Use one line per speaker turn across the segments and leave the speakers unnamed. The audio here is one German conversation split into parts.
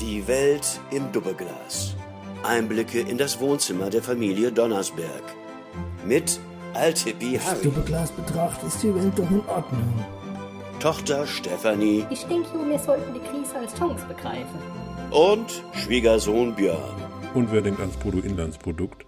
Die Welt im Doppelglas. Einblicke in das Wohnzimmer der Familie Donnersberg. Mit Altippi
Das
Harry,
Doppelglas betrachtet ist die Welt doch in Ordnung.
Tochter Stefanie
Ich denke, wir sollten die Krise als Chance begreifen.
und Schwiegersohn Björn.
Und wer denkt ans Bruttoinlandsprodukt?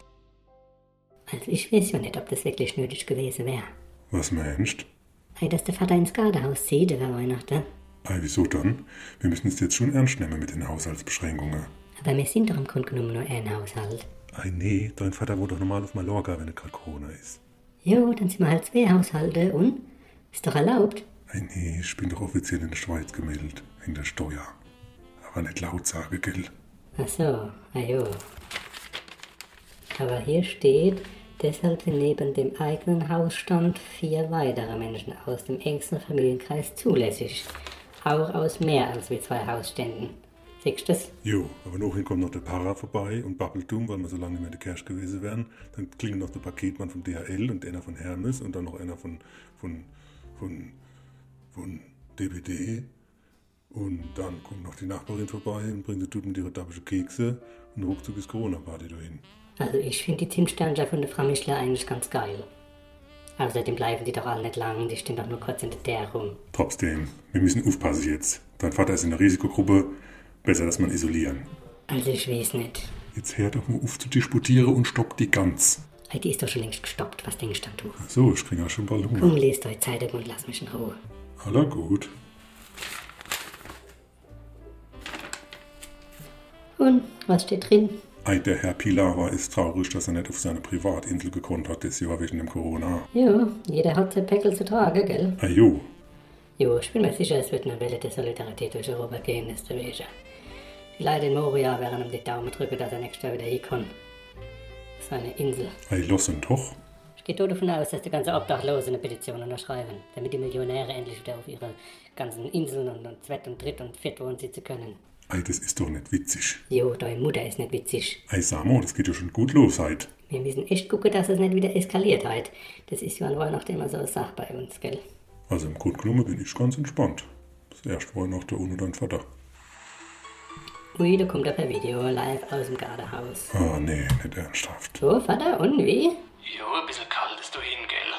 Also ich weiß ja nicht, ob das wirklich nötig gewesen wäre.
Was meinst?
Hey, dass der Vater ins Gardehaus zieht über Weihnachten.
Ei, wieso dann? Wir müssen es jetzt schon ernst nehmen mit den Haushaltsbeschränkungen.
Aber wir sind doch im Grunde genommen nur ein Haushalt.
Ei, nee, dein Vater wohnt doch normal auf Mallorca, wenn es gerade Corona ist.
Jo, dann sind wir halt zwei Haushalte und? Ist doch erlaubt.
Ei, nee, ich bin doch offiziell in der Schweiz gemeldet, wegen der Steuer. Aber nicht laut sage, gell?
Ach so, ah jo. Aber hier steht, deshalb sind neben dem eigenen Hausstand vier weitere Menschen aus dem engsten Familienkreis zulässig. Auch aus mehr als wie zwei Hausständen. Siehst du das?
Jo, aber nachher kommt noch der Para vorbei und Bubbletum, weil wir so lange nicht mehr in der Cash gewesen wären. Dann klingen noch der Paketmann vom DHL und einer von Hermes und dann noch einer von, von, von, von DPD. Und dann kommt noch die Nachbarin vorbei und bringt die Typen mit ihre dabische Kekse und ruckzuck ist Corona-Party dahin.
Also ich finde die Zimtsterne von der Frau Michler eigentlich ganz geil. Außerdem bleiben die doch alle nicht lang, die stehen doch nur kurz in der Där rum.
Trotzdem, wir müssen aufpassen jetzt. Dein Vater ist in der Risikogruppe. Besser, dass man isolieren.
Also ich weiß nicht.
Jetzt hör doch mal auf zu disputieren und stopp die ganz.
Hey, Die ist doch schon längst gestoppt, was denkst du?
Ach So, ich kriege auch schon bald Hunger.
Komm, lest euch Zeitung und lass mich in Ruhe.
Aller gut.
Und, was steht drin?
Ei, der Herr Pilawa ist traurig, dass er nicht auf seine Privatinsel gekonnt hat, das Jahr wegen dem Corona.
Jo, jeder hat sein Päckel zu tragen, gell?
Ajo,
Jo, ich bin mir sicher, es wird eine Welle der Solidarität durch Europa gehen, ist der Wege. Die Leute in Moria werden ihm die Daumen drücken, dass er nächstes Jahr wieder hinkommt. Seine Insel.
ei, lassen doch.
Ich gehe tot davon aus, dass die ganze Obdachlose eine Petition unterschreiben, damit die Millionäre endlich wieder auf ihre ganzen Inseln und, und Zwett und Dritt und Viert wohnen sitzen können.
Ei, das ist doch nicht witzig.
Jo, deine Mutter ist nicht witzig.
Ei, Samo, das geht ja schon gut los, halt.
Wir müssen echt gucken, dass es nicht wieder eskaliert halt. Das ist ja an Weihnachten immer so eine Sache bei uns, gell?
Also im Grunde genommen bin ich ganz entspannt. Das erste war noch der ohne dein Vater.
Ui, da kommt er per Video live aus dem Gardehaus.
Ah, nee, nicht ernsthaft.
So, Vater, und wie?
Jo, ein bisschen kalt ist du hin, gell?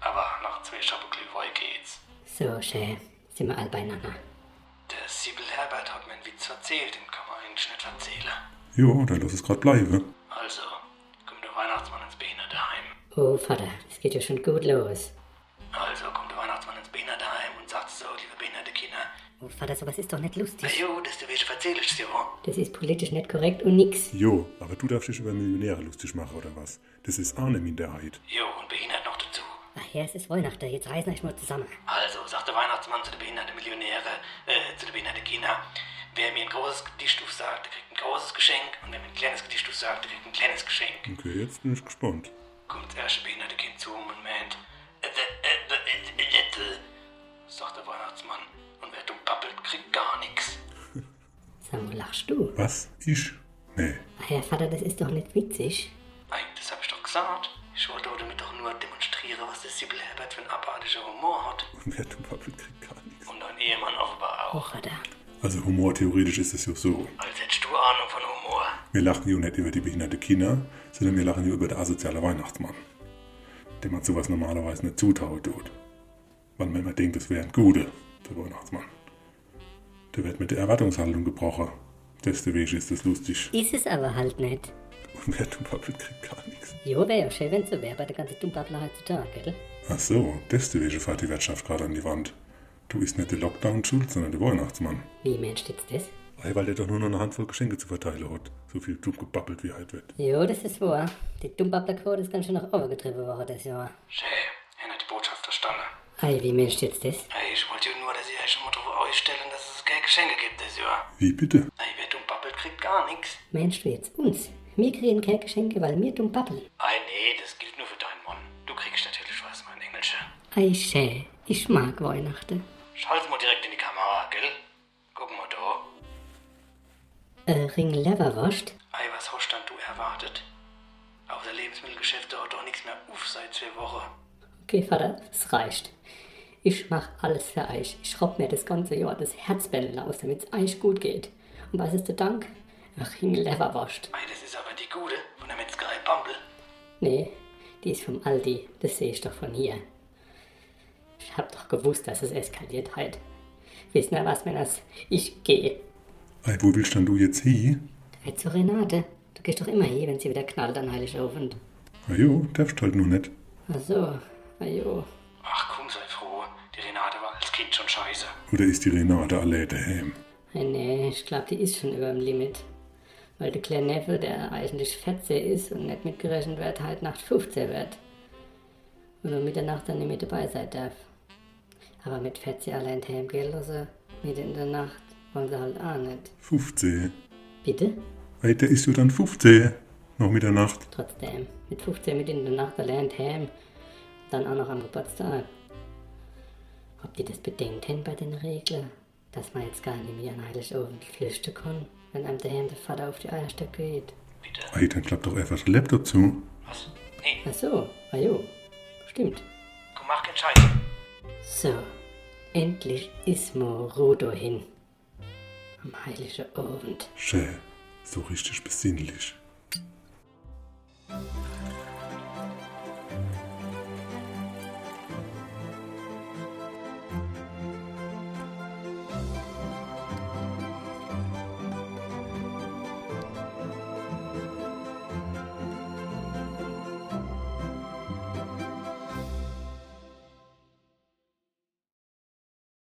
Aber nach zwei Schoppen Glühwein geht's.
So, schön. Sind wir all beieinander.
Der Sibyl Herbert hat mir einen Witz erzählt, den kann man eigentlich nicht erzählen.
Jo, dann lass es grad bleiben.
Also, kommt der Weihnachtsmann ins Behinderteheim.
Oh, Vater, es geht ja schon gut los.
Also, kommt der Weihnachtsmann ins Behinderteheim und sagt so, liebe behinderte Kinder,
Oh, Vater, sowas ist doch nicht lustig.
jo, das ist der Wäsche, erzähl ich so.
Das ist politisch nicht korrekt und nix.
Jo, aber du darfst dich über Millionäre lustig machen, oder was? Das ist auch eine Minderheit.
Jo, und behindert noch dazu.
Ach ja, es ist Weihnachten, jetzt reißen wir euch mal zusammen.
Also, sagt der Weihnachtsmann zu den behinderten Millionäre, äh, zu den behinderten Kindern, wer mir ein großes Gedicht aufsagt, der kriegt ein großes Geschenk und wer mir ein kleines Gedicht aufsagt, der kriegt ein kleines Geschenk.
Okay, jetzt bin ich gespannt.
Kommt das erste behinderte Kind zu um und meint, äh, äh, äh, äh, äh, äh, sagt der Weihnachtsmann. Und wer dumm babbelt, kriegt gar nichts.
Samu, lachst du?
Was? Ich? Nee.
Ach ja, Vater, das ist doch nicht witzig.
Ei, das hab ich doch gesagt. Ich wollte damit doch nur demonstrieren, was der Sibyl Herbert für einen abartigen Humor hat.
Und wer dumm babbelt, kriegt gar nichts.
Und dein Ehemann offenbar
Oh,
auch.
Vater.
Also humortheoretisch ist es ja so.
Als hättest du Ahnung von Humor.
Wir lachen hier nicht über die behinderte Kinder, sondern wir lachen hier über den asozialen Weihnachtsmann, dem man sowas normalerweise nicht zutraut tut. Weil man immer denkt, das wäre ein Guter, der Weihnachtsmann. Der wird mit der Erwartungshaltung gebrochen. Deswegen ist das lustig.
Ist es aber halt nicht.
Und wer dumm babbelt, kriegt gar nichts.
Jo, wäre ja schön, wenn so wäre, bei der ganzen Dummbabbler heutzutage, gell?
Ach so, deswegen fährt die Wirtschaft gerade an die Wand. Du ist nicht der Lockdown schuld, sondern der Weihnachtsmann.
Wie meinst du jetzt das?
Weil weil der doch nur noch eine Handvoll Geschenke zu verteilen hat. So viel dumm gebabbelt wie halt wird.
Jo, das ist wahr. Die Dummbabbler-Quote ist ganz schön nach oben getrieben worden das Jahr.
Schäh, er hat die Botschaft verstanden.
Ei, wie meinst du jetzt das?
Ey, ich wollte ja nur, dass ihr euch schon mal drauf ausstellen, dass es keine Geschenke gibt das Jahr.
Wie bitte?
Ey, wer dumm babbelt, kriegt gar nichts.
Meinst du jetzt uns? Wir kriegen keine Geschenke, weil wir dumm babbeln.
Ei, nee, das gilt nur für deinen Mann. Du kriegst natürlich was, mein Engelsche.
Ei, schön. Ich mag Weihnachten.
Schalt's mal direkt in die Kamera, gell? Guck mal da.
Äh, Ring Leverwurst?
Ei, was hast dann du erwartet? Außer Lebensmittelgeschäfte hat doch nichts mehr auf seit zwei Wochen.
Okay, Vater, es reicht. Ich mach alles für euch. Ich schraub mir das ganze Jahr das Herzbändel aus, damit's euch gut geht. Und was ist der Dank? Ach, Himmelleverwurst.
Ei, das ist aber die gute von der Metzgerei Pampel.
Nee, die ist vom Aldi. Das sehe ich doch von hier. Ich hab doch gewusst, dass es eskaliert halt. Wissen ihr was, Männers? Ich gehe.
Ei, wo willst denn du jetzt hin?
Hey, zu Renate. Du gehst doch immer hier, wenn sie wieder knallt an Heiligabend.
Ah jo, darfst halt nur nicht.
Ach so, ajo.
Ach komm, sei froh. Die Renate war als Kind schon scheiße.
Oder ist die Renate alle daheim?
Hey, nee, ich glaube, die ist schon über dem Limit. Weil der kleine Neffe, der eigentlich 14 ist und nicht mitgerechnet wird, halt Nacht 15 wird. Und um Mitternacht dann nicht mit dabei sein darf. Aber mit 14 allein daheim gehen lassen, mitten in der Nacht, wollen sie halt auch nicht.
15.
Bitte?
Ei, der ist du dann 15. Noch mit der Nacht.
Trotzdem, mit 15 mit in der Nacht allein daheim. Dann auch noch am Geburtstag. Ob die das bedenkt haben bei den Regeln? Dass man jetzt gar nicht mehr an Heiligabend flüchten kann, wenn einem daheim der Vater auf die Eierstöcke geht.
Bitte.
Ei, dann klappt doch einfach der Laptop zu.
Was? Nee,
Ach so, ah jo, stimmt.
komm, mach keinen Scheiß.
So, endlich ist Morudo hin. Am heiligen Abend.
Schä, so richtig besinnlich.